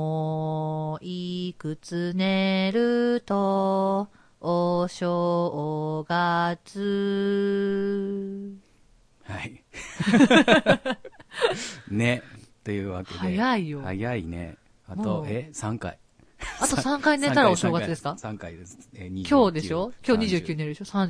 もういくつ寝ると、お正月。はい。 ね。というわけで。早いよ早いね。あもうと、え、3回。あと3回寝たらお正月ですか ?3 回です。えー、29今日でしょ今日2930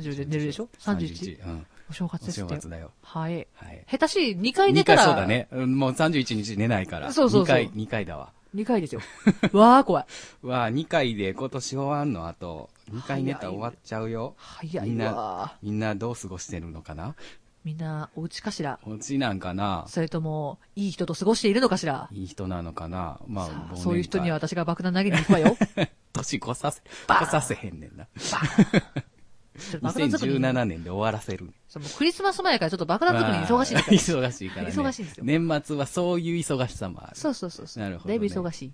寝るでしょ ?30 で寝るでしょ ?31? うん。お正月おです正って。月だよ。はい。はい。下手しい2回二寝たら、回そうだね。うんもう31日寝ないから。そうそうそう2回、二回だわ。 2回ですよ。 わー怖い。わあ、2回で今年終わんのあと、2回寝たら終わっちゃうよ。早みいんわな、みんなどう過ごしてるのかなみんな、お家かしらおちなんかなそれとも、いい人と過ごしているのかしらいい人なのかなまあさ忘あ年会、そういう人には私が爆弾投げに行くわ よ。年越させ、バーン越させへんねんな。ちょっと爆弾作りに。 2017年で終わらせる。そうもうクリスマス前からちょっと爆弾作りに忙しいんだまあから。忙しいからね。忙しいんですよ年末はそういう忙しさもある。そうそうそうそう。なるほどだねいぶ忙しい。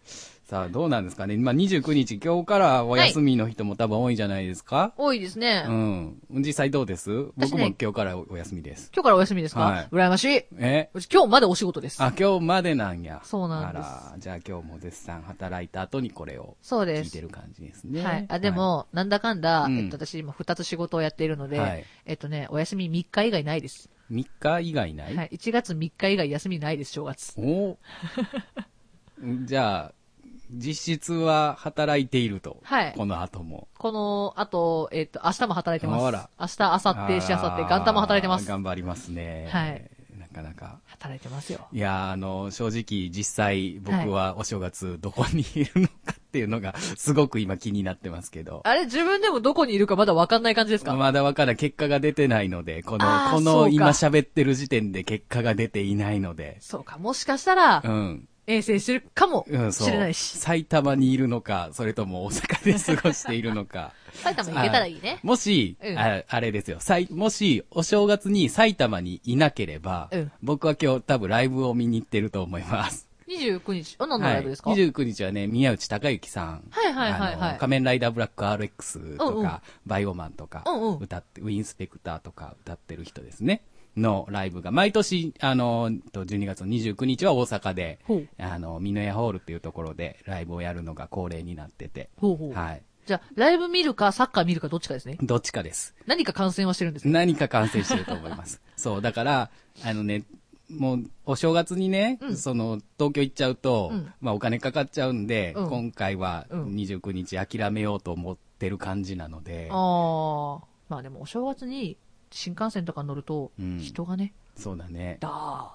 さあ、どうなんですかね。まあ、29日、今日からお休みの人も多分多いんじゃないですか、多いですね。う今ん。実際どうです私僕ねも今日からお休みです。日からお休みですか、はい羨ましい。えうち今日までお仕事です。あ、今日までなんや。そうなんですあら、じゃあ今日も絶賛働いた後にこれをそう聞でいてす。る感じですね。はい。あ、でも、なんだかんだ、うんえっと、私今2つ仕事をやっているので、はいえっとね、お休み3日以外ないです。 3日以外な、はいい。1月3日以外休みないです、正月。お ーじゃあ、実質は働いていると。はいこの後も。この、あと、えっと、明日も働いてます。あら明日、明後日、しあさって、元旦も働いてますあー。頑張りますね。はい。なかなか。働いてますよ。いやーあの、正直、実際、僕はお正月どこにいるのかっていうのが、 すごく今気になってますけど。あれ、自分でもどこにいるかまだわかんない感じですか、まだわからん結果が出てないので、こあーの、こそうのか今喋ってる時点で結果が出ていないので、そうか、もしかしたらう、ん。遠征してるかもうん、そう。しれないし。埼玉にいるのか、それとも大阪で過ごしているのか。埼玉行けたらいいね。 もし、うんああれですよ、さいもし、お正月に埼玉にいなければ、うん僕は今日多分ライブを見に行ってると思います。 29日、あ、何のライブですか、はい、29日はね、宮内隆之さん。はいはいはいはいあの仮面ライダーブラック RX とか、うんうんバイオマンとかうんうん、歌って、ウィンスペクターとか歌ってる人ですね。のライブが、毎年、あの、と12月の29日は大阪でほう、あの、ミノヤホールっていうところでライブをやるのが恒例になってて、ほうほう。はい。じゃあ、ライブ見るか、サッカー見るか、どっちかですね。どっちかです。何か観戦はしてるんですね。 何か完成してると思います。そう、だから、あのね、もう、お正月にね、うんその、東京行っちゃうと、うんまあお金かかっちゃうんで、うん今回はうん29日諦めようと思ってる感じなので、ああ。まあでも、お正月に新幹線とか乗るとう、ん人がね、そうだね。だ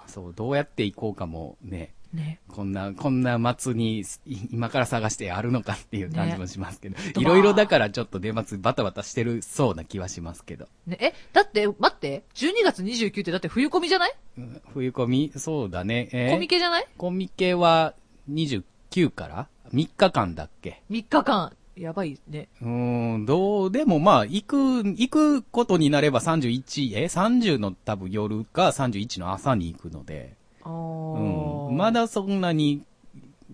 ーそう、どうやって行こうかもね、ね。こんな、こんな末に、い今から探してあるのかっていう感じもしますけど、ドバーいろいろだからちょっと年末バタバタしてるそうな気はしますけど。ね。え、だって、待って、12月29ってだって冬コミじゃない、うん冬コミ、そうだね。えーコミケじゃないコミケは29から3日間だっけ ?3 日間。やばいね。うーん、どうでもまあ、行く、行くことになれば31、え ?30 の多分夜か31の朝に行くので、あうーん、まだそんなに、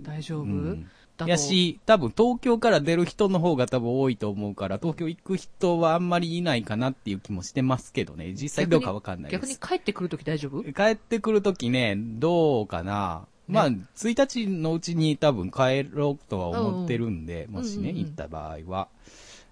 大丈う夫、ん、だとやし、多分東京から出る人の方が多分多いと思うから、東京行く人はあんまりいないかなっていう気もしてますけどね、実際どうかわかんないです。逆に帰ってくるとき大丈夫帰ってくるときね、どうかな。ねまあ、1日のうちに多分帰ろうとは思ってるんで、んもしね、うんうんうん行った場合は。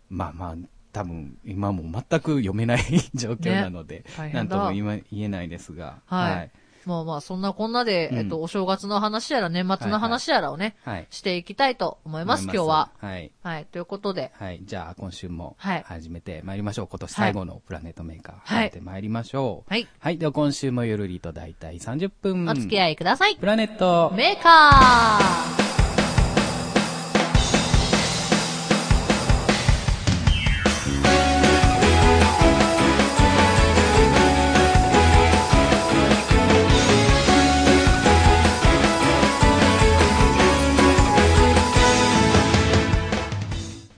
まあまあ、多分、今も全く読めない 状況なので、大なん変とだも言え言えないですが。はいまあまあ、そんなこんなで、うんえっと、お正月の話やら年末の話やらをね、はい。はい。していきたいと思います、今日は。。はい。はい、ということで。はい。じゃあ、今週もはい始めてまいりましょう。今年最後のプラネットメーカー、はい始めてまいりましょう。はい。はい。では、今週もゆるりと大体30分。お付きい。合いください。プラネットメーカー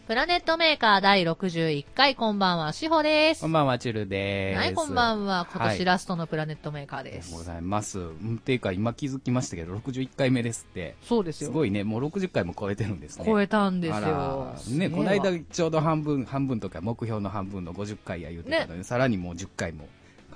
プラネットメーカー第61回、こんばんは、しほですこん。ばんは、チュルです。はい、こんばんは。今はい年ラストのプラネットメーカーで。ですございます。うんっていうか、今気づきましたけど、61回目ですって。そうですすよ。ごいね、もう60回も超えてるんですね。超えたんですあよら。すげね、えわこの間ちょうど半分、半分とか、目標の半分の50回や言うてたのに、さらにもう10回も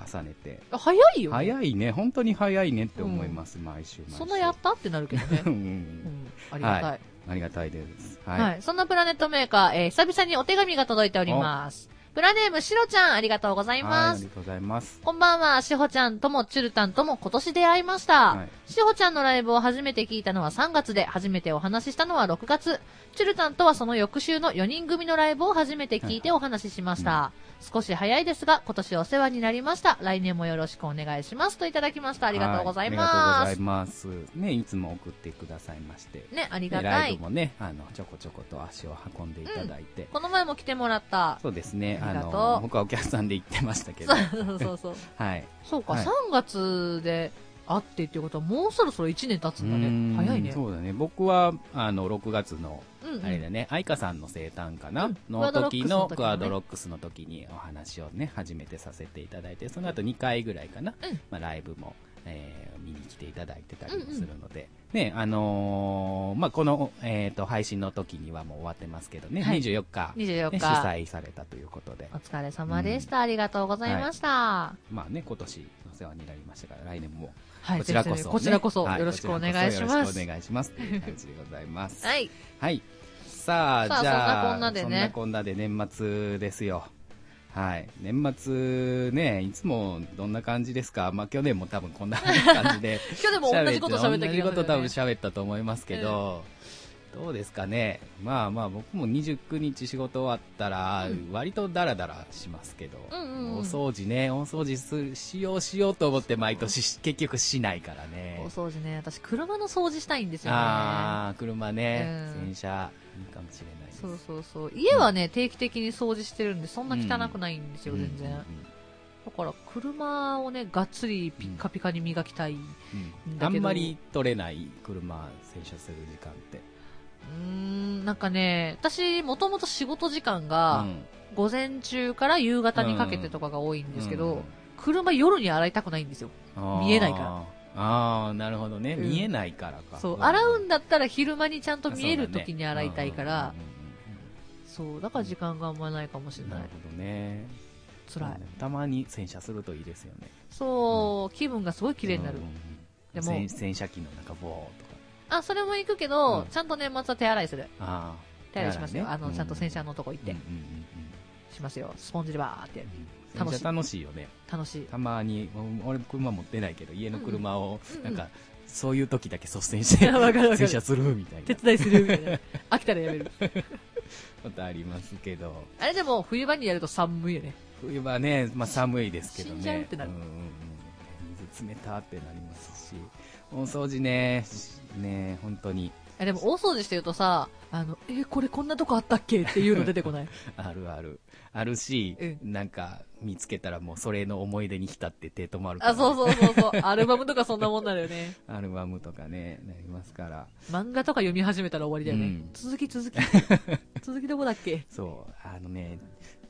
重ねて。あ早いよ、ね。早いね、本当に早いねって思います、毎週毎週。そんなやったってなるけどね う。んううんん、ありがたい。ははいいありがたいです。はい。そんなプラネットメーカー、えー久々にお手紙が届いております。プラネームしろちゃん、ありがとうございはいあまりす。がとうございます。こんばんは、しほちゃんともちゅるたんとも今年出会いました。はいしほちゃんのライブを初めて聞いたのは3月で、初めてお話ししたのは6月。チュルタンとはその翌週の4人組のライブを初めて聞いてお話ししました。少し早いですが、今年お世話になりました。来年もよろしくお願いします。といただきました。ありがとうございはまありす。がとうございます。ね、いつも送ってくださいまして。ね、ありねがラたイいブ。もね、あの、ちょこちょこと足を運んでいただいて。この前も来てもらった。そうですね、あありがとうの、僕はお客さんで行ってましたけどそ。う そうそう。はい。そうか、はい3月で会ってっていうことは、もうそろそろ1年経つんだうーんね。早いね。そうだね。僕は、あの、6月の、うんうんあれだね、愛花さんの生誕かな、うんの時の、ククアアドドロロックスの時にお話をね、初めてさせていただいて、その後2回ぐらいかな、うんまあ、ライブも、えー見に来ていただいてたりうもんうんするので、ね、あのーまあ、この、えっ、と、配信の時にはもう終わってますけどね、はい24日、ね24主日。催されたということでお、疲れ様でした。ありがとうございました。まあね、今年お世話になりましたから、来年も、はい、こちらこそね、こちらこそはよろしくお願いしこまちらこそよろしす。くお願いします。という感じでございま す。はい。はい。さあ、さあじゃそんなあ、こんなでねそんなこんなで年末ですよ。はい。年末ね、いつもどんな感じですかまあ去年も多分こんな感じで。今日でも同じこと喋った気がす同じことる、多分ね。喋ったと思いますけど、どうですかねまあまあ僕も29日仕事終わったらうん割とダラダラしますけど、うんうんうんお掃除ねお掃除するしようしようと思って毎年し結局しないからねお掃除ね、私車の掃除したいんですよね。ああ車ね、うん洗車いいかもしれないですそうそうそう。家はね、定期的に掃除してるんで、そんな汚くないんですよ、うん全然。うんだから、車をね、がっつりピッカピカに磨きたい。ううんうんだあんけどまり取れない車洗車する時間ってーん、なんかね、私、もともと仕事時間が、午前中から夕方にかけてとかが多いんですけど、車夜に洗いたくないんですよ。見えないかららあーあーなるほどね、うん見えないからかそう、洗うんだだったら昼間にちゃんと見える時に洗いたいから、そう、だから時間があんまないかもしれなないる。ほどね辛い。たまに洗車するといいですよねそう、気分がすごい綺麗になるうんうん。でも洗洗車機の中ボーッとかあ、それも行くけど、うんちゃんと年末は手洗いする。あ手洗いしますよ。手洗あいねの、ちゃんと洗車のとこ行っーて、うんうんしますよ。スポンジでバーってやる。うんうん楽しい洗車楽しいよね楽しい。たまにうん俺車持ってないけど家の車をうんうんなんかそういう時だけ率先し てわかるわかる洗車するみたい手な伝いするみたいな。飽きたらやめる。ことありますけどあれでも、冬場にやると寒いよね。冬はね、まあ、寒いですけどね死んじゃうってなるんんうん水冷たってなりますしお掃除ねしね本当にあでも、大掃除してるとさ、あの、え、これこんなとこあったっけっていうの出てこ ない。あるあるあるし、うなんか見つけたらもうそれの思い出に浸って手止まるからあ、そうそうそうそう。アルバムとかそんなもんなのよね。アルバムとかねなりますから漫画とか読み始めたら終わりだよね。うん続き 続き。続きどこだっけそうあのね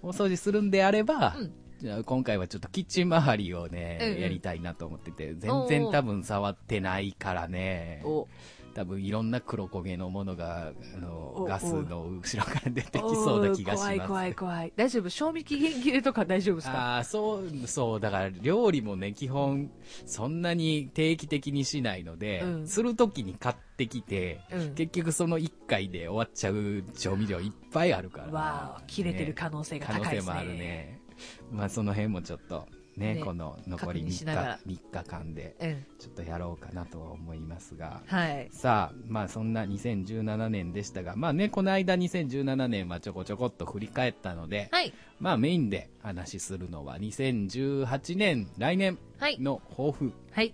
お掃除するんであれば、うんじゃあ今回はちょっとキッチン周りをね、うんうんやりたいなと思ってて全おう然おう多分触ってないからねお、多分いろんな黒焦げのものがあのおガスの後ろから出てきそうな気がします。おー怖い怖い怖い。大丈夫賞味期限切れとか大丈夫ですかああ、そう、そう、だから料理もね、基本、そんなに定期的にしないので、うんするときに買ってきて、うん。結局その1回で終わっちゃう調味料いっぱいあるから、わー、切れてる可能性が可高能い性ですね。もあるね。まあその辺もちょっと、ね、ねこの残り確認し3なが日ら、 3日間で、うん。ちょっとやろうかなとは思いますが、はい。さあ、まあそんな2017年でしたが、まあね、この間2017年はちょこちょこっと振り返ったので、はい。まあメインで話しするのは2018年、来年はい。の抱負はい。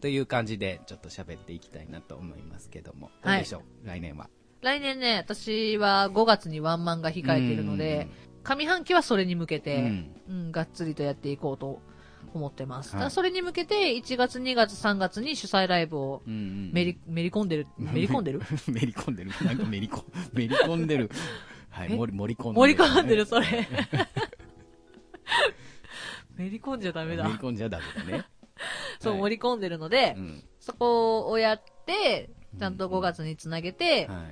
という感じでちょっと喋っていきたいなと思いますけども、どはういでしょう、来年は。来年ね、私は5月にワンマンが控えているので、上半期はそれに向けうん、て、うん、がっつりとやっていこうと思ってます。はいただそれに向けて、1月、2月、3月に主催ライブをうんうんめり、めり込んでる、めり込んでる めり込んでる。なんかめりこ、めり込 んでる。はい、え盛り盛り込んでる。盛り込んでる、それ。めり込んじゃダ メめりだ。込んじゃダメだね。 そう、はい盛り込んでるので、うんそこをやって、ちゃんと5月につなげて、は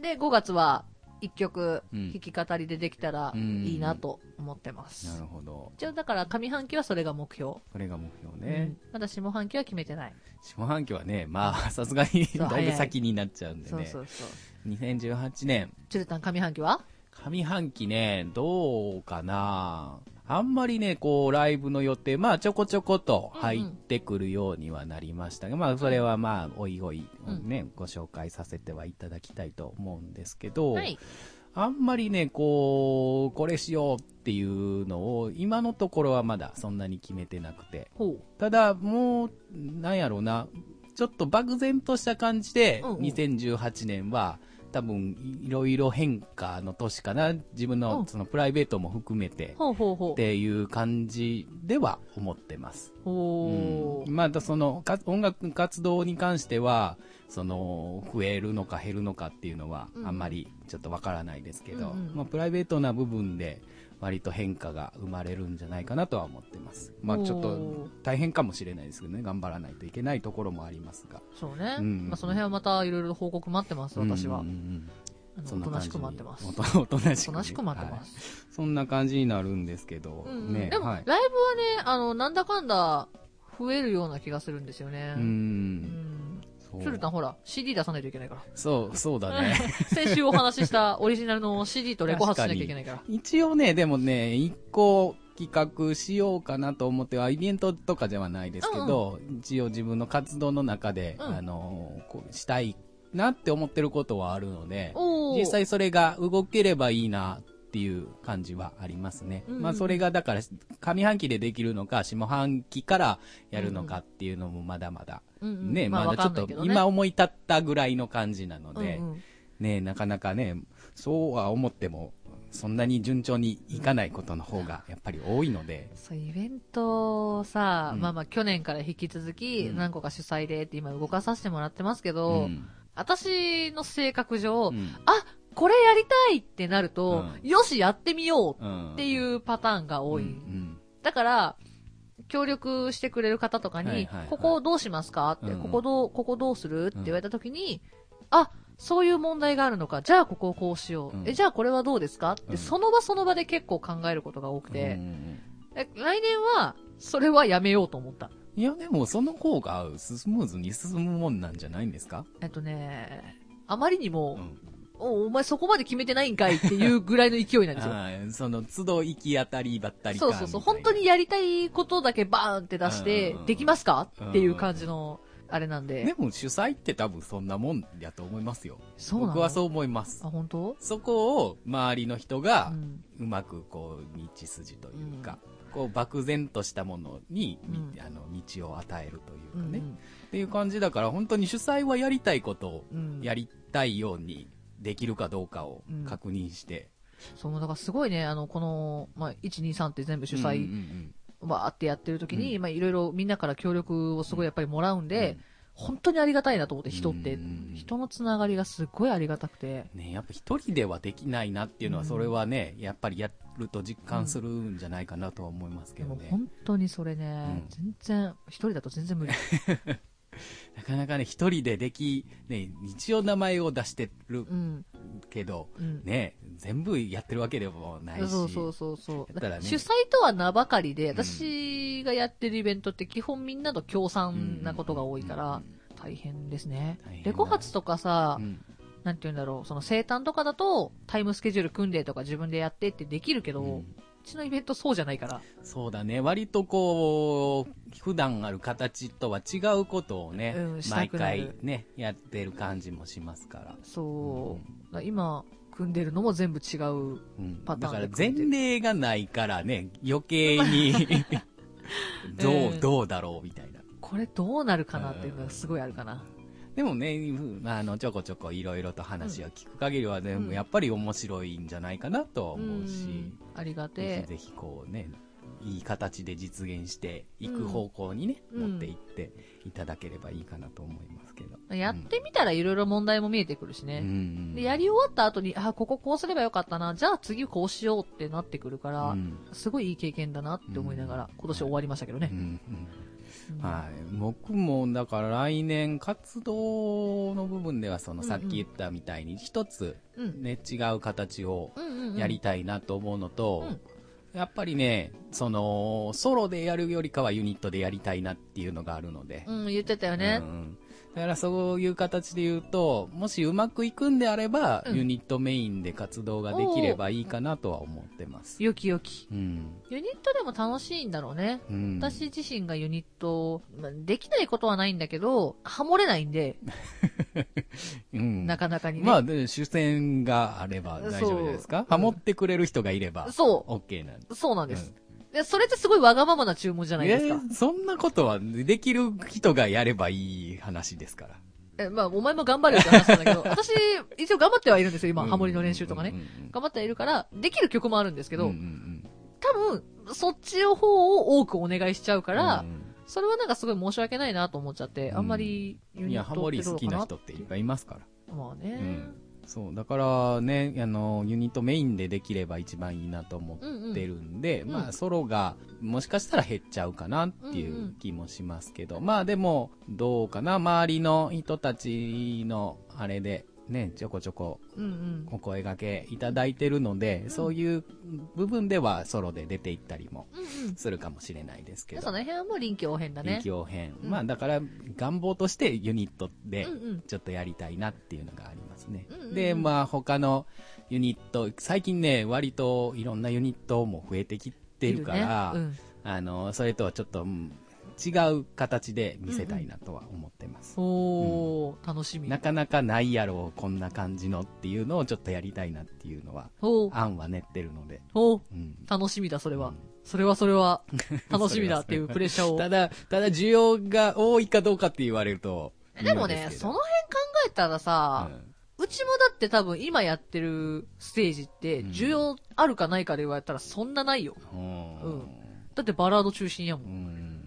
い。で、5月は、一曲、うん弾き語りでできたらいいなと思ってます。なるほど。一応だから上半期はそれが目標。これが目標ね。うんまだ下半期は決めてない。下半期はね、まあ、さすがにうだいぶ先になっちゃうんでそうね。そうそう。 2018年、チュルタン上半期は上半期ね、どうかなあんまりね、こう、ライブの予定、まあ、ちょこちょこと入ってくるようにはなりましたが、まあ、それはまあ、おいおい、うんね、ご紹介させてはいただきたいと思うんですけど、はい。あんまりね、こう、これしようっていうのを、今のところはまだそんなに決めてなくて、ほただ、もう、なんやろうな、ちょっと漠然とした感じで、うんうん2018年は、多分、いろいろ変化の年かな、自分うのんそのプライベートも含めてう。、ほうほうほっう。ていう感じでは思ってます。ほう、うんまたその、か音楽活動に関しては、その、増えるのか減るのかっていうのはう、んあんまりちょっとわからないですけど、うんうんまあ、プライベートな部分で、割と変化が生まれるんじゃないかなとは思ってます。まあちょっおとー大変かもしれないですけどね、頑張らないといけないところもありますが。そうね。うんまあその辺はまたいろいろ報告待ってます、私は。うんうんあうんのそおんなと感なじしにく待ってます。おとお となしおとくね、なしく待ってまはいす。そんな感じになるんですけど、うんうんね、でも、はい。ライブはね、あの、なんだかんだ増えるような気がするんですよね。う。うんん。そう鶴田ほら、CD 出さないといけないから。そう、そうだね。 先週お話ししたオリジナルの CD とレコ発しなきゃいけないから。一応ね、でもね、一個企画しようかなと思っては、イベントとかではないですけど、一応自分の活動の中で、うんあの、こうしたいなって思ってることはあるので、おー実際それが動ければいいなっていう感じはありますね。うんうんまあそれがだから、上半期でできるのか、下半期からやるのかっていうのもまだまだ、うんうんね、まわだかちょんっないとけどね今思い立ったぐらいの感じなので、うんうんねなかなかね、そうは思っても、そんなに順調にいかないことの方がやっぱり多いので、そう、イベントをさ、うんまあまあ去年から引き続きうん何個か主催でって今動かさせてもらってますけうど、ん。私の性格上、うんあ、これやりたいってなると、うよしやってみよううんっていうパターンが多い。うんだから、協力してくれる方とかに、はいはいはいここどうしますかって、うんここどう、ここどうするって言われた時に、あ、そういう問題があるのか、じゃあここをこうしよう。うんえ、じゃあこれはどうですかって、うんその場その場で結構考えることが多くうんうて、んえ来年は、それはやめようと思った。いや、でもその方がスムーズに進むもんなんじゃないんですかえっとね、あまりにも、うん。おお前そこまで決めてないんかいっていうぐらいの勢いなん ですよ。はいその、都度行き当たりばったりかそうそうそう。本当にみやりたいことだけバーンって出してうんうんう、んできますかっていう感じの、あれなんたいな。で。でも主催って多分そんなもんやと思いますよ。そうなの僕はそう思いますあ、。本当そこを周りの人が、うん。うまくこう道筋というか、こう漠然としたものに、みうんあの道を与えるといううかんね、っていう感じだから本当に主催はやりたいことをうん。やりたいようにできるかどうかをうん確認して、そう、だからすごいね、あの、この、まあ、1、2、3って全部主うんう催、んわーってやってる時に、うまあ、いろいろみんなから協力をすごいやっぱりもらうんで、本当にありがたいなと思って、人ってうんう。ん人のつながりがすっごいありがたくて。うんね、やっぱ一人ではできないなっていうのは、うんそれはね、やっぱりやると実感するんじゃないかなとは思いますけでどもね。本当にそれねうん、全然、一人だと全然 無理。なかなかね、一人ででき、ね、一応名前を出してるうん。けど、うん。ね、全部やってるわけでもないし。そうそうそうそう、だったらね主催とは名ばかりで、私がやってるイベントって基本みんなと協賛なことが多いかうんうんうらんうん、大変ですね大変。だレコ発とかさ、うんなんて言うんだろう、その生誕とかだと、タイムスケジュール組んでとか自分でやってってできるけど、ううんちのイベントそうじゃないから。そうだね割とこう普段ある形とは違うことをね、うんした毎くなる回ねやってる感じもしますから、そう。今、組んでるのも全部違う。うん、パタだーかンでら組んでる前例がないからね余計 にどう、うんどうだろうみたいなこれどうなるかなっていうのがすごいあるかな。でもねうんあのちょこちょこいろいろと話を聞く限りはね、うんもうやっぱり面白いんじゃないかなとは思うしん、ありがぜてひぜひこうねいい形で実現していく方向にね、うん持っていっていただければいいかなと思いますけど、え。やってみたらいろいろ問題も見えてくるしね。うんで、やり終わった後に、あ、こここうすればよかったな、じゃあ次こうしようってなってくるから、うんすごいいい経験だなって思いながら、今年終わりましたけどね。うんうんはい、僕もだから来年活動の部分ではそのうんうさんっき言ったみたいに一つ、うんね違う形をうんうんうんやりたいなと思うのと、うんやっぱりねそのソロでやるよりかはユニットでやりたいなっていうのがあるので、うん、言ってたよねうん。うんだからそういう形で言うともしうまくいくんであれば、うんユニットメインで活動ができればいいかなとは思ってます。よきよき。うんユニットでも楽しいんだろうね。うん、私自身がユニット、まあできないことはないんだけど、ハモれないんで、うんなかなかにね。まあ、で主戦があれば大丈夫ですそかうハモってくれる人がいれば、そ OK なんでう、そうなんです。でそれってすごいわがままな注文じゃないですか。えそんなことは、できる人がやればいい話ですから。えまあ、お前も頑張れよって話なんだ けど、私、一応頑張ってはいるんですよ、今、ハモリの練習とかうねん。うん頑張ってはいるから、できる曲もあるんですけうん。ど、うんうん多分、そっちの方を多くお願いしちゃうから、うんそれはなんかすごい申し訳ないなと思っちゃって、うんあんまりユいニや、ッハトモってリど好うきかなな人っていっぱいいますから。まあね、うんそう、だからね、あの、ユニットメインでできれば一番いいなと思うんうんってるんで、うんまあ、ソロが、もしかしたら減っちゃうかなっていんうんう気もしますけど、まあでも、どうかな、周りの人たちの、あれで、ね、ちょこちょこうんうん。お声掛けいただいてるので、んそういう部分ではソロで出ていったりもうんうん。するかもしれないですけでど。その辺はもう臨機応変だね。臨機応変。うんまあだから、願望としてユニットでうんうん。ちょっとやりたいなっていうのがありますね。うんうんうんで、まあ他のユニット、最近ね、割といろんなユニットも増えてきてるから、いるねあの、それとはちょっと、うん違う形で見せたいなとは思ってます。うん、おー、楽しみ。なかなかないやろう、こんな感じのっていうのをちょっとやりたいなっていうのは、おー、案は練ってるので。おー、うん楽しみだ、それは。うんそれはそれ は、楽しみだっていうプレッシャーを。ただ、ただ需要が多いかどうかって言われるとえでもね、その辺考えたらさ、うちもだって多分今やってるステージって、うん需要あるかないかで言われたらそんなないよ。うん。ううんんだってバラード中心やも。うんん。うん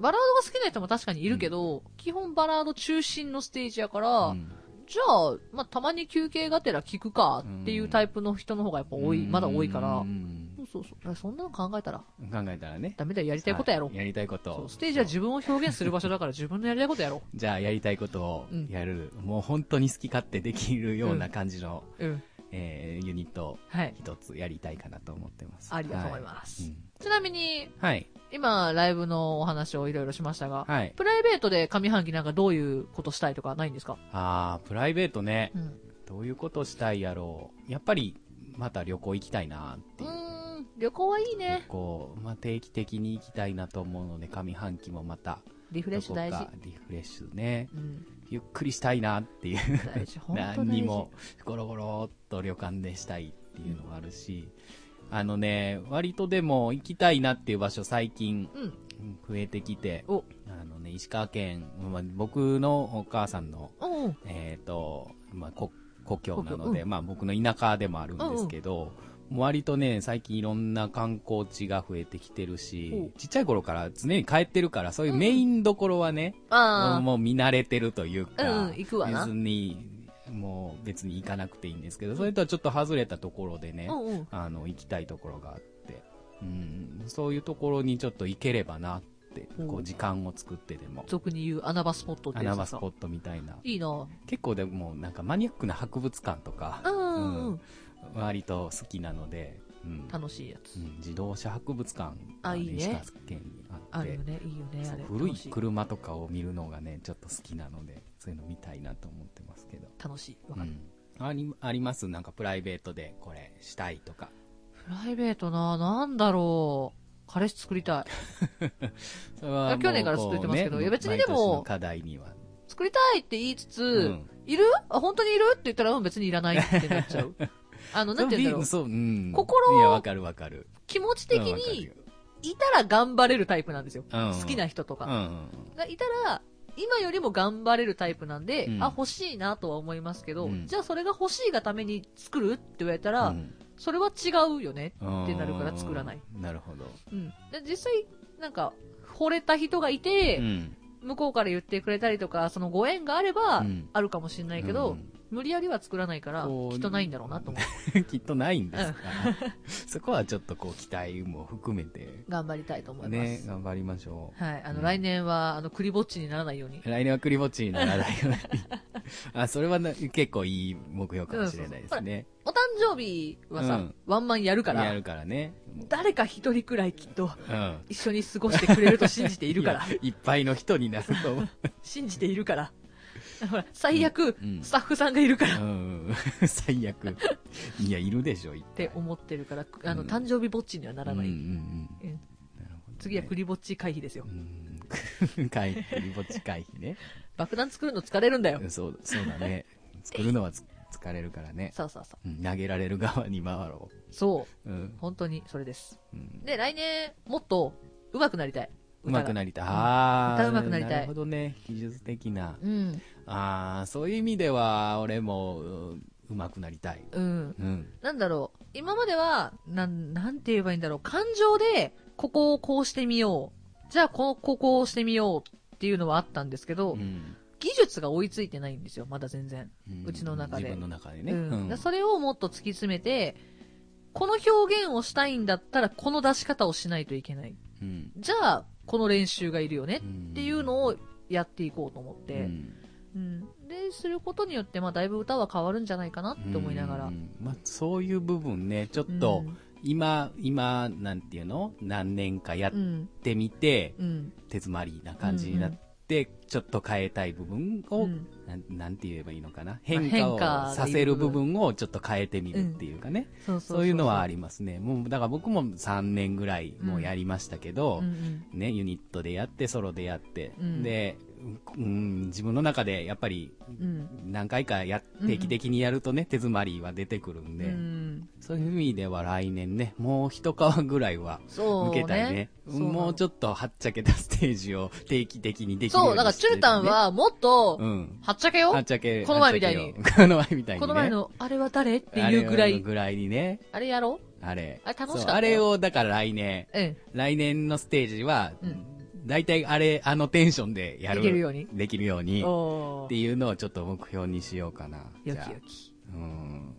バラードが好きな人も確かにいるけど、基本バラード中心のステージやから、うんじゃあ、まあ、たまに休憩がてら聞くかっていうタイプの人の方がやっぱ多い、まだ多いからう。んそうそうそう。そんなの考えたら、考えたらね。ダメだよ、やりたいことやろうはい。やりたいこそうとス。テージは自分を表現する場所だから自分のやりたいことやろじゃあやりたいことをうんやる。もう本当に好き勝手できるような感じの、う。うん。えーユニットをはい。一つやりたいかなと思ってます。ありがとうございます。はいちなみに、うんはい。今、ライブのお話をいろいろしましたが、はい。プライベートで上半期なんかどういうことしたいとかないんですかあー、プライベートねう。ん。どういうことしたいやろう。やっぱり、また旅行行きたいなっていう。ん、旅行はいい旅ね。行、まあ、定期的に行きたいなと思うので、上半期もまた、リフどレッシこュ大か事。リフレッシュね。うん。ゆっくりしたいなっていう。大事。本当大事。 何にも、ゴロゴロっと旅館でしたいっていうのもあるし、あのね、割とでも行きたいなっていう場所最近うん。うん増えてきて、お、あのね、石川県、まあ、僕のお母さんの、おうえっ、と、まあ、こ故郷な故郷ので、うまあ僕の田舎でもあるんですけど、もう割とね、最近いろんな観光地が増えてきてるおし、ちっちゃい頃から常に帰ってるから、そういうメインどころはね、もあうあ。もう見慣れてるというか、うんうん行くわな別に、もう別に行かなくていいんですけど、それとはちょっと外れたところでね、うんうん。あの、行きたいところがあって、うん、そういうところにちょっと行ければなって、うんこう時間を作ってでも、俗に言う穴場スポットってや穴つで場すスかポットみたいな。いいな結構でもなんかマニアックな博物館とか、うんうんうん。割と好きなので、うん楽しいやつう。ん自動車博物館あが、いいね石川県にあっあるてよ、ね、いいよね、そあうれ。古い楽し車とかを見るのがねちょっと好きなのでそういうの見たいなと思ってますけど、楽しい。わかる。うんありありますなんかプライベートでこれしたいとかプライベートななんだろう。彼氏作りたい。それはもう去年から作ってますけどこうねいや別にでも毎年の課題には、作りたいって言いつつ、うんいるあ、本当にいるって言ったら、うん、別にいらないってなっちゃ う。あの、なんて言うんだろう。そう、うん、心をいやわかるわかる気持ち的うんわかるによ、いたら頑張れるタイプなんですよ。うん好きな人とうんか。がいたら、今よりも頑張れるタイプなんで、うんあ、欲しいなとは思いますけど、うんじゃあそれが欲しいがために作るって言われたら、それは違うよね。うんってなるから作らないうんなるほど、うん。で実際、なんか、惚れた人がいて、うん向こうから言ってくれたりとか、そのご縁があれば、うんあるかもしれないけど、うん無理やりは作らないから、こうきっとないんだろうなと思って。きっとないん ですから、 そこはちょっとこう期待も含めて、頑張りたいと思います。ね、頑張りましょう。はい。あの、うん来年は、あの、クリぼっちにならないように。来年はクリぼっちにならないように。 あ、それはな結構いい目標かもしれないですね。お誕生日はさ、うんワンマンやるかやらる、からね。誰か一人くらいきっと、うん。一緒に過ごしてくれると信じてい いるから。や。いっぱいの人になると思う。信じているから。ほら、最悪、うんうんスタッフさんがいるから。うっん うん、最悪。いや、いるでしょ、いって思ってるから、あの、うん誕生日ぼっちにはならない。うんうんうんうんなるほどね次はクリぼっち回避ですよう。ん 回避、クリぼっち回避ね。爆弾作るの疲れるんだよ。そう、そうだね。作るのはつ疲れるからね。そうそうそうん投げられる側に回ろ。う。そううんう。。本当に、それです。うんで、来年、もっと、上手くなりたい。うまくなりりたい。あー歌うまくなりたいなるほどね。技術的な。うん。ああ、そういう意味では、俺も、うんうまくなりたい。うん。うん。なんだろう。今までは、なん、なんて言えばいいんだろう。感情で、ここをこうしてみよう。じゃあ、こう、ここをしてみようっていうのはあったんですけど、うん技術が追いついてないんですよ、まだ全然。うちの中で自分の中でね。うんだからうそれをもっと突き詰めて、この表現をしたいんだったら、この出し方をしないといけない。うんじゃあ、この練習がいるよねっていうのうをやっていこうと思って。んうん。で、することによって、まあ、だいぶ歌は変わるんじゃないかなって思いながら。うんまあ、そういう部分ね、ちょっと、今、今、なんていうの何年かやっうん。てみて、うん。手詰まりな感じになって、ちょっと変えたい部分うを、んなん、なんて言えばいいのかな変変化化ををさせる部分をちょっと変えてみるっていうかね。そうそそういうのはあり。りますね。もう、だから僕も3年ぐらいもうやりましたけど、うんうんね、ユニットでやって、ソロでやって、うんで、うん、自分の中でやっぱりうん何回かやうんうん定期的にやるとね、手詰まりは出てくるんで、うんそういう意味では来年ね、もう一皮ぐらいはそう受けたいね。もうちょっょっとはっちゃけたステージを 定期的にできるよそうう、にだから、しチてュルタンはもっとね、う、ん。はっちゃけよはっちゃけ、この前みたいにはっちゃけよ この前みたいにね。この前の、あれは誰っていうぐらあれい、ぐらいにね。あれやろあれ。あれ楽しかったそうあれを、だから来年、うん。来年のステージは、うん大体あれ、あのテンションでやる。できるようにできるように。おっていうのをちょっと目標にしようかな。よきじゃあよき。うん。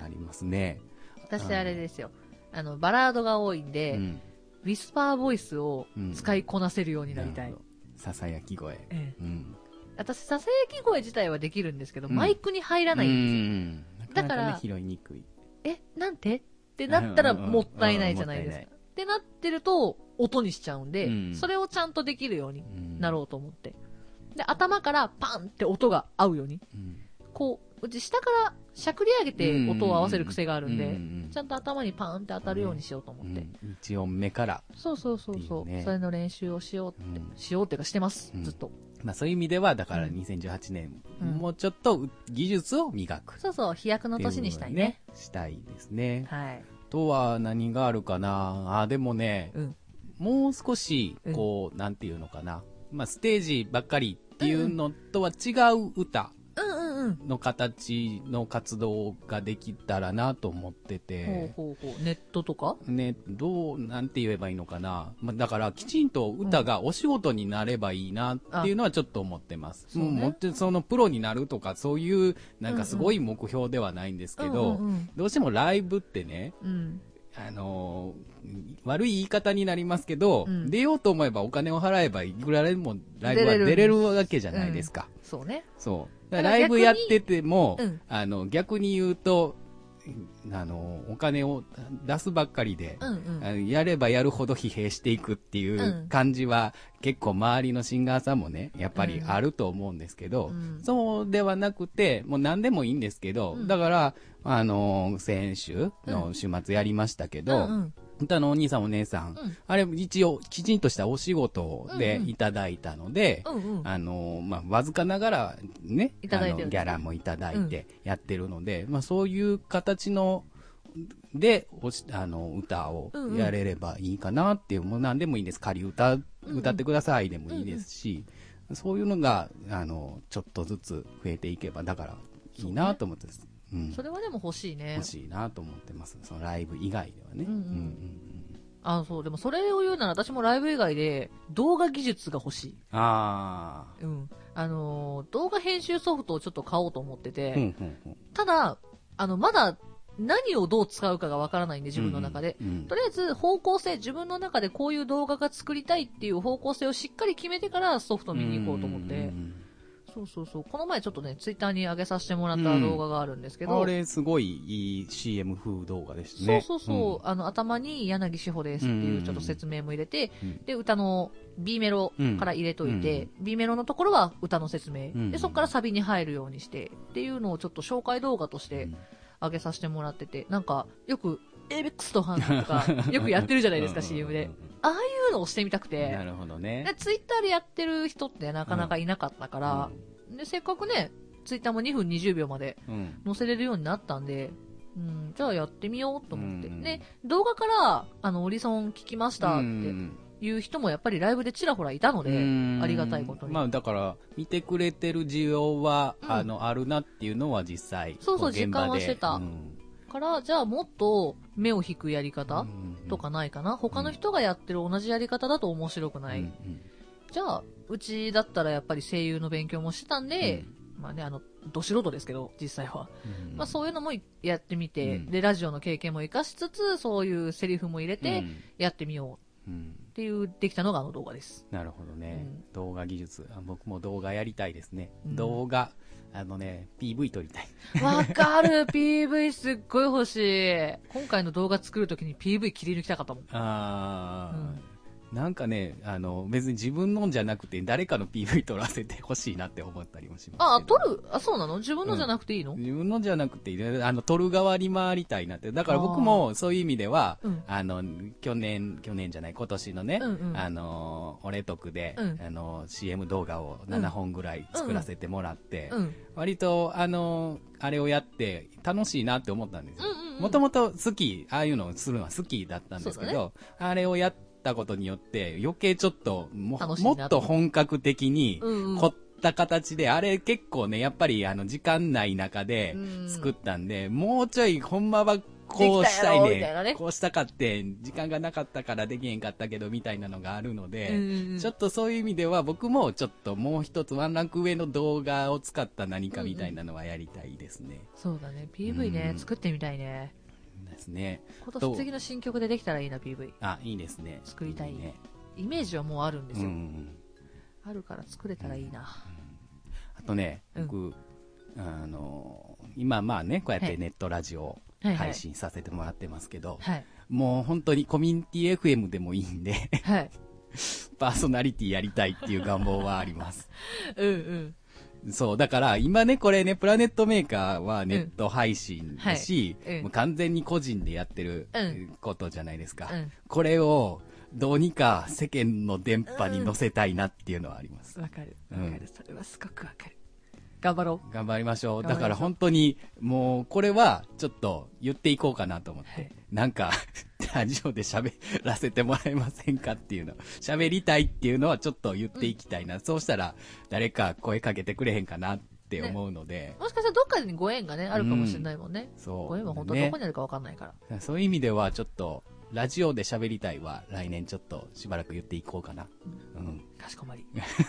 ありますね。私、あれですよ。あの、バラードが多いんうで、ん。ウィスパーボイスを使いこなせるようになりたい。るほど。ささやき声。ええうん。私、ささやき声自体はできるんですけど、うんマイクに入らない。うん。だだかからら、拾いにくい。え、なんてってなったらうんうんうんもったいないじゃないですうんか。ってなってると、音にしちゃうんで、うんそれをちゃんとできるようになろううと思って。で、頭からパンって音が合うように。ん。こう、うち下からしゃくり上げて音を合わせる癖があるんで、うんうんちゃんと頭にパンって当たるようにしようと思って。うん一音目から。そうそうそうそう。いいねそれの練習をしようって、うんしようっていうかしてます、うんずっと。まあそういう意味では、だからうん2018年、うんもうちょっと技術を磨く。そうそう、飛躍の年にしたいね。。したいですね。はい。あとは何があるかなあ、でもね、うんもう少し、こう、なんていうのかな。まあステージばっかりっていうのとは違う歌うんうんうん。の形の活動ができたらなと思ってて。ほうほうほう。ネットとかね、どう、なんて言えばいいのかな。まあ、だから、きちんと歌がお仕事になればいいなっていうのはちょっと思ってます。あそうねもうもって、そのプロになるとか、そういう、なんうんうんかすごい目標ではないんですけど、うんうんどうしてもライブってね、うん、うん。あのー悪い言い方になりますけど、うん出ようと思えばお金を払えばいくらでもライブは出れる出れるわけじゃないですか。そうね。そう。だかだかららライ逆ブにやってても、うんあの、逆に言うと、あの、お金を出すばっかりで、うんうん。あのやればやるほど疲弊していくっていうんう感じは、結構周りのシンガーさんもね、やっぱりうんあると思うんですけど、うんそうではなくて、もう何でもいいんですけど、うんだから、あのー先週の週末やりましたけど、うんうん歌のお兄さんお姉さん、うんあれ一応きちんとしたお仕事でうんうんいただいたので、うんうん。あの、まあ、わずかながらね、いただいてるんですねあのギャラもいただいてやってるので、まあ、そういう形の、で、おし、あの、歌をうんうんやれればいいかなっていう、もう何でもいいんです。仮歌、うん歌ってくださいでもいいですし、そういうのが、あの、ちょっとずつ増えていけば、だから、いいなと思ってます。うんそ。れはでも欲しいね欲。しいなと思ってます。そのライブ以外ではね。うんうんうんうんあそう、でもそれを言うなら私もライブ以外で動画技術が欲しい。あうん。あのー動画編集ソフトをちょっと買おうと思ってて、あ。うんうんうん。ただ、あの、まだ何をどう使うかがわからないんで、自分の中で。うんうん。とりあえず方向性、自分の中でこういう動画が作りたいっていう方向性をしっかり決めてからソフト見に行こうと思って。うんそうそうそう。この前ちょっとね、ツイッターに上げさせてもらった動画があるんですけど、あれ、すごいいい CM 風動画でしたそうね。そうそう、あの、頭に柳志保ですっていうちょっと説明も入れて、うんで、歌の B メロから入れといて、B メロのところは歌の説明、うんで、そこからサビに入るようにして、っていうのをちょっと紹介動画としうん。て上げさせてもらってて、なんか、よく、エイベックスとハンとか、 よくやってるじゃないですか、CM で。うそんうんういうのをしてみたくうん。なて、るほどねで。ツイッターでやってる人ってなかなかいなかったから、で、せっかくね、ツイッターも2分20秒までうんうん。載せれるようになったんで、うん、じゃあやってみようと思って。うんで、動画から、あの、オリソン聞きましたっうてんいう人もやっぱりライブでちらほらいたのうで、んありがたいことにまあだから、見てくれてる需要は、うんあの、あるなっていうのは実際。そうそうこ現場実感はでしてたうんから、じゃあもっと目を引くやりう方んうんとかないかな。他の人がやってる同じやり方だと面白くない。うんうんじゃあ、うちだったらやっぱり声優の勉強もしてたんで、まあね、あの、ど素人ですけど、実際は。うんまあそういうのもやってみて、うんで、ラジオの経験も活かしつつ、そういうセリフも入れて、やってみよううんうんっていう、できたのがあの動画です。なるほどね、うん動画技術あ僕も動画やりたいですね、うん動画あのね PV 撮りたいわかる !PV すっごい欲しい。今回の動画作るときに PV 切り抜きたかったもん。あー、なんかねあの別に自分のんじゃなくて誰かの PV 撮らせてほしいなって思ったりもしますけどあ、撮るあ、そうなの自分のじゃなくていいの、自分のじゃなくてあの撮る側に回りたいなってだから僕もそういう意味ではうんあの去年去年じゃない今年のね、うんうんあの俺得で、うんあの CM 動画を7本ぐらい作らせてもらって、うん、うん。割と、あの、あれをやって楽しいなって思ったんですようんうんうん。もともと好き、ああいうのをするのは好きだったんですけそど、あれをやったことによって余計ちょっとも楽しいなもとっと本格的にうんうん凝った形で、あれ結構ね、やっぱりあの時間ない中でうん作ったんで、もうちょいほんまはこうしたいできたよみたいなねねこうしたかって、時間がなかったからできへんかったけどみたいなのがあるので、ちょっとそういう意味では僕もちょっともう一つワンランク上の動画を使った何かみたいなのはやりたいですね。そうだね。PV ね、うん作ってみたいね。ですね。今ど年う次の新曲でできたらいいな、PV。あ、いいですね。作りたいね。イメージはもうあるんでうすんうよ。ん。あるから作れたらいいな。あとね、うん僕、あのー今まあね、こうやっはていネットラジオをはいはい配信させてもらってますけど、はい。もう本当にコミュニティ FM でもいいんで、 はい。パーソナリティやりたいっていう願望はあります。うんうん。そう、だから今ね、これね、プラネットメーカーはネット配信だし、うんはいうんもう完全に個人でやってるうんことじゃないですか。うんこれを、どうにか世間の電波に乗せたいなっていうのはあります。わかる。うんわかる。それはすごくわかる。頑張ろ頑張りましょ頑張う。りましょうだから本当に、もう、これは、ちょっと、言っていこうかなと思って。はいなんか、 ラジオで喋らせてもらえませんかっていうの。喋りたいっていうのはちょっと言っていきたいな。そうしたら、誰か声かけてくれへんかなって思うのでう。。もしかしたらどっかにご縁がね、あるかもしれないもんね。そう。ご縁は本当はどねこにあるかわかんないから。そういう意味では、ちょっと、ラジオで喋りたいは、来年ちょっとしばらく言っていこうかな。うん。かしこまり。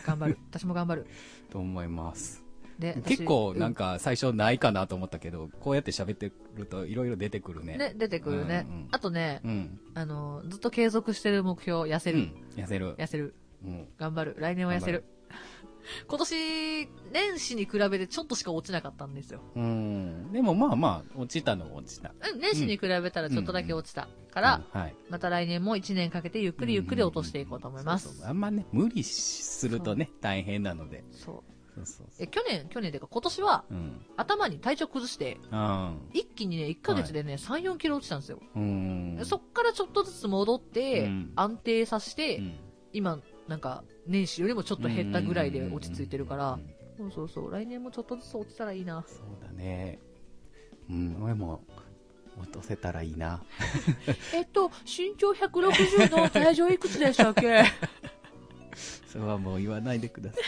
頑張る。 私も頑張る。と思います。で、私結構、なんうか、最初ないかなと思ったけど、こうやって喋ってると、いろいろ出てくるね。んね、出てくるね。うんうんあとね、うん。あの、ずっと継続してる目標、痩うせる。ん。痩せる。痩せる。うん。頑張る。来年は痩せる。今年、年始に比べてちょっとしか落ちなかったんですよ。うん。でも、まあまあ、落ちたのは落ちた。うん年始に比べたらちょっとだけ落ちたから、うん、はい。また来年も1年かけてゆっくりゆっくり落としていこうと思います。そうそうあんまね、無理するとね、大変なので。そう。そうそうそえ、去年、去年ていうか今年はう。うん。頭に体調崩して、うん。一気にね、1ヶ月でね、3、4キロ落ちたんですよ。うん。そっからちょっとずつ戻って、うん安定させて、うん今、なんか、年始よりもちょっと減ったぐらいで落ち着いてるかうらんうんうんうん、そうそうそう、来年もちょっとずつ落ちたらいいな。そうだね。うん、俺も、落とせたらいいな。えっと、身長160の体重いくつでしたっけそれはもう言わないでくださ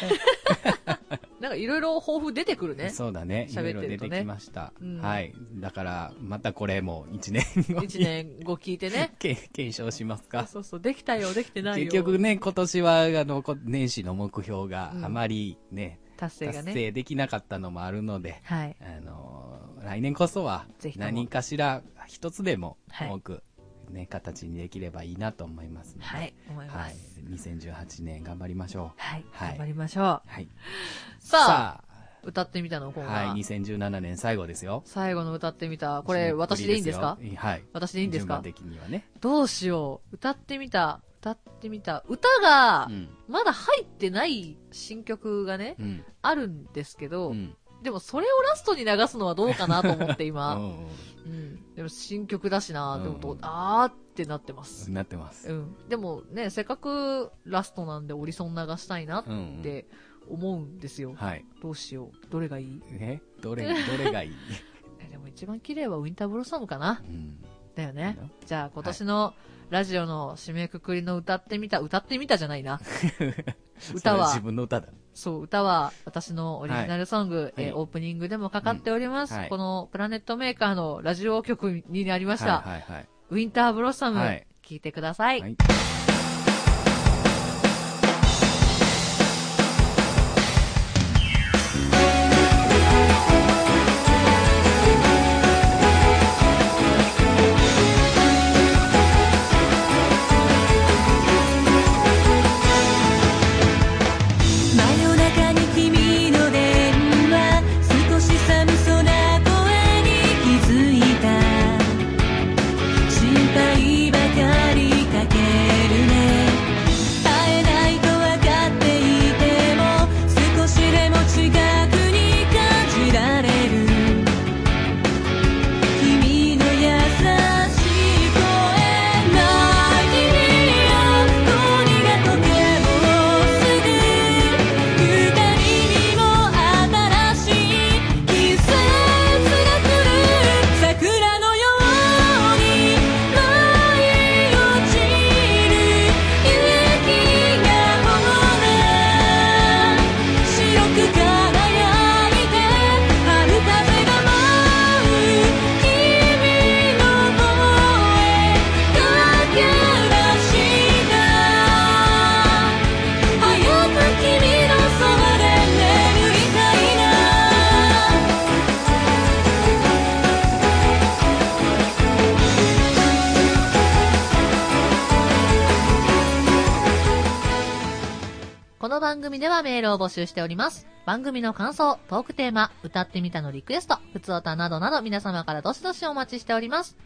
なんかいろいろ抱負出てくるい。ね。そうだね。いろ喋いっろて出るとねてきました。うんはい。だから、またこれも1年後に。一年後聞いてね け検証しますか。そうそう、できたよ、できてないよ。結局ね、今年は、あの、こ年始の目標がうんあまりね、達成が達ね。成できなかったのもあるので、はい。あの、来年こそはぜひ、とも何かしら一つでもはい多く、ね、形にできればいいなと思いますので。はい、思いまはいす。。 2018年頑張りましょう。はい。はい頑張りましょう。はい。さあ、あ歌ってみたのコーナー。はい、2017年最後ですよ。最後の歌ってみた。これ、私でいいんですか締めくくりよはい。私でいいんです順番か的にはね。どうしよう。歌ってみた。歌ってみた。歌がう、ん。まだ入ってない新曲がね、うん。あるんですけうど、ん。でもそれをラストに流すのはどうかなと思って う今。んうん。でも新曲だしな、でもどう、うんあーってなってます。なってますう。ん。でもね、せっかくラストなんでオリソン流したいなうんうん。って思うんですよ。はい。どうしよう。どれがいいえどれ、どれがいいえでも一番綺麗はウィンターブロッサムかな。うん。だよね。じゃあ今年のラジオの締めくくりの歌ってみた、歌ってみたじゃないな。 歌はそれ自分の歌だ。そう、歌は私のオリジナルソング、はいえーオープニングでもかかっております。うんはいこのプラネットメーカーのラジオ曲になりました。はいはいはい。ウィンターブロッサム、はい聞いてください。はい「真夜中に君の電話」「少し寒そうな声に気づいた」「心配ばかりかけるね」「会えないとわかっていても」「少しでも近くに感じられる」「君の優しい声なきよ恋がとてもすぐ」「二人にも新しい季節が来る」「桜のように舞い落ちる雪がほら」「白く輝いて春風が舞う」「君の声だけが知る」「早く君のそばで眠りたいな」この番組ではメールを募集しております。番組の感想、トークテーマ、歌ってみたのリクエスト、ふつおたなどなど皆様からどしどしお待ちしております。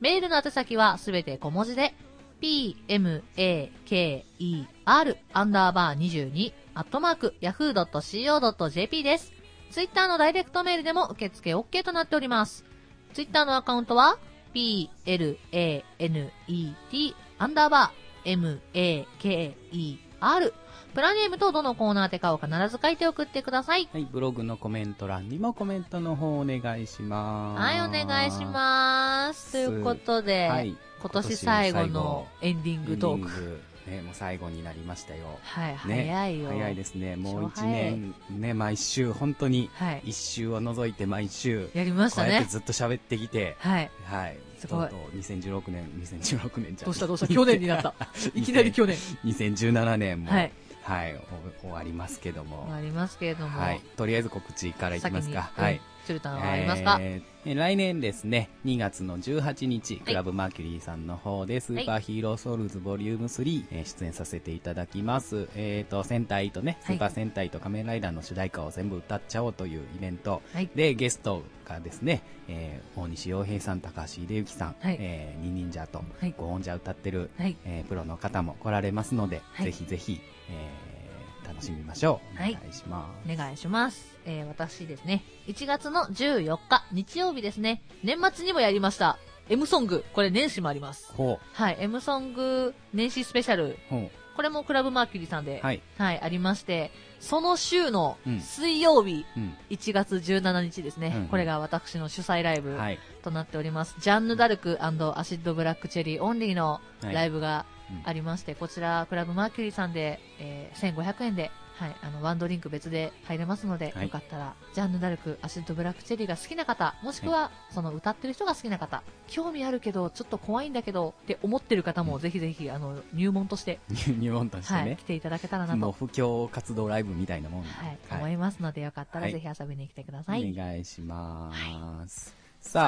メールの宛先はすべて小文字で、p, m, a, k, e, r, アンダーバー22、アットマーク、yahoo.co.jp です。ツイッターのダイレクトメールでも受付 OK となっております。ツイッターのアカウントは、p, l, a, n, e, t, アンダーバー、m, a, k, e, r、プラネームとどのコーナー宛てかを必ず書いて送ってください。はい、ブログのコメント欄にもコメントの方お願いします。はい、お願いします。ということで、はい。今年最後のエンディングトーク。ク。ね、もう最後になりましたよ。はい、ね早いよ。早いですね。もう超一早い年、ね、毎週、本当に、はい。一週を除いて毎週、やりましこたうやってね。ずっと喋ってきて、はい。はい。すごいとうとう2016年、2016年じゃんどうしたどうした去年にな った。いきなり去年。 2017年も、ははいい。。お終わりますけども。ありますけれども。はい。とりあえず告知からいきますか。先にはい。。チュルタンはありますか、えーえ来年ですね、2月の18日、いクラブマーキュリーさんの方で、スーパーヒーローソウルズボリューム3、えー出演させていただきます。えっ、と、戦隊とね、スはいーパー戦隊と仮面ライダーの主題歌を全部歌っちゃおうというイベント。はい。で、ゲストがですね、えー大西洋平さん、高橋秀幸さん、はいえー、ニンニンジャーと、はいゴーンジャー歌ってる、はい。えープロの方も来られますので、はいぜひぜひ、えー楽しみましょう。おは願いいします。お願いします。えー、私ですね。1月の14日、日曜日ですね。年末にもやりました。M ソング。これ年始もあります。ほはい。M ソング年始スペシャル。う、ほう、これもクラブマーキュリーさんで、はい。はい、ありまして、その週のうん水曜日、うん。 1月17日ですね、うんうんこれが私の主催ライブはい。となっております、ジャンヌ・ダルクアシッド・ブラック・チェリーオンリーのはいライブがうんありまして、こちら、クラブマーキュリーさんで、えー1500円で、はい、あのワンドリンク別で入れますので、はいよかったら、ジャンヌ・ダルクアシッド・ブラック・チェリーが好きな方、もしくは、その歌ってる人が好きな方、興味あるけど、ちょっと怖いんだけどって思ってる方も、ぜひぜひあの入門として、 日本としてはい、ね来。ていただけたらなともう布教活動ライブみたいなもんではい、はい思いますので、よかったらはいぜひ遊びに来てください。お願いします。ささ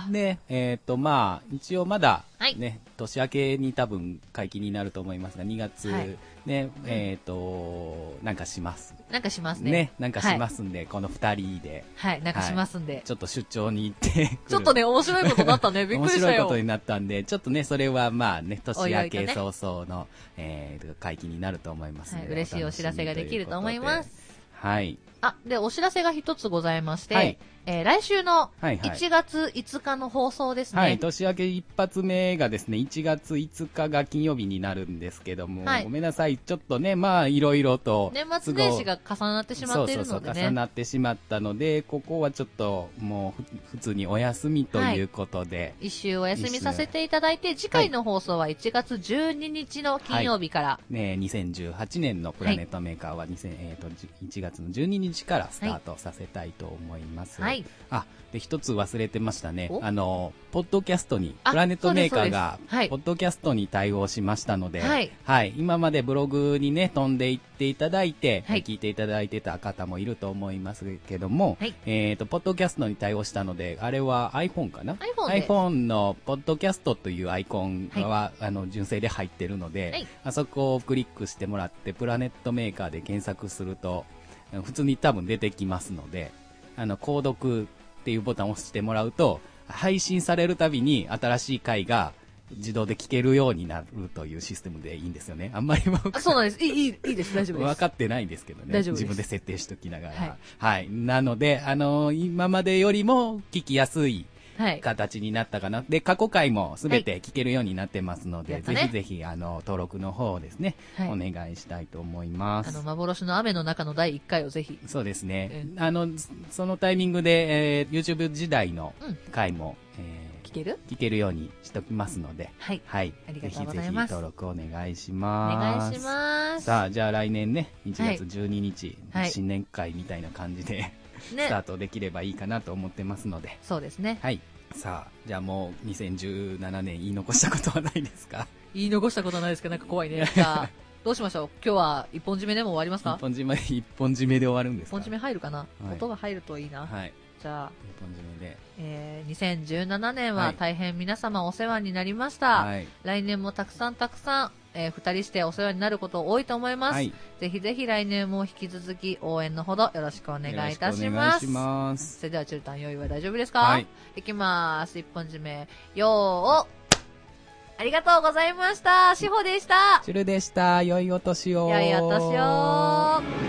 ああ、ね、えっ、と、まあ、一応まだはい、ね、年明けに多分解禁になると思いますが、2月、はいね、えっ、と、なんかします。なんかしますね。ねなんかしますんで、この2人で、はい、なんかしますんで。ちょっと出張に行ってくるちょっとね、面白いことになったね。びっ面くりした白いこよと。になったんで、ちょっとね、それはまあね、年明おいおいけと早々の、えー解禁になると思いますので、はい嬉しいお知らせができると思いますはい。あ、で、お知らせが一つございまして、はいえー来週のはいはい。 1月5日の放送ですね。はい、年明け一発目がですね、1月5日が金曜日になるんですけども、はいごめんなさい、ちょっとね、まあ、いろいろと。年末年始都合が重なってしまっているそのうそでうそう、重ね。なってしまったので、ここはちょっと、もうふ、普通にお休みということで、一周お休みさせていただいて、次回の放送は1月12日の金曜日から、ね、2018年のプラネットメーカーは2000、えーと1月の12日からスタートさせたいと思います。はいあ、で、一つ忘れてましたねお。あの、ポッドキャストに、あプラネットメーカーそうですそがうですはい、ポッドキャストに対応しましたので、はい今までブログにね、飛んでいっていただいて、はい聞いていただいてた方もいると思いますけども、はいえっ、と、ポッドキャストに対応したので、あれは iPhone かな iPhone で iPhone のポッドキャストというアイコンは、あの、純正で入ってるので、はいあそこをクリックしてもらって、プラネットメーカーで検索すると、普通に多分出てきますので、あの、購読っていうボタンを押してもらうと、配信されるたびに新しい回が自動で聞けるようになるというシステムでいいんですよね。あんまり僕あそうなんです。いい、いい、いいです。大丈夫で分す。かってないんですけどね。大丈夫です自分で設定しときながら。ははいい。なので、あのー今までよりも聞きやすいはい。形になったかな。で、過去回もすべて聞けるようになってますので、やったぜねひぜひ、あの、登録の方をですね、はいお願いしたいと思いまあすの、。幻の雨の中の第1回をぜひ。そうですねう。あの、そそのタイミングで、えー YouTube 時代のうん回も、えー聞ける聞けるようにしときますので、はい。はい。ありがぜとうひごぜざいひます登録お願いしおま願す。いします。さあ、じゃあ来年ね、1月12日、はい新年会みたいな感じで、スタねー。トできればいいかなと思ってますので、そうですね。はい。さあ、じゃあもう2017年言い残したことはないですか言い残したことはないですけど、なんか怖いね。じゃあ、どうしましょう今日は一本締めでも終わりますか一本締め、一本締めで終わるんです一か本締め入るかな、はい音が入るといいな。はい。じゃあ、一本締めで。えー、2017年ははい大変皆様お世話になりました。はい。来年もたくさんたくさん、えー二人してお世話になること多いと思います。はい。よぜひぜひ来年も引き続き応援のほどよろしくお願いいたろしくお願まいす。します。それでは、チュルタン用意は大丈夫ですかはい。いきまーす。一本締め、よーおありがとうございました。しほでした。チュルでした。良いお年を。良いお年を。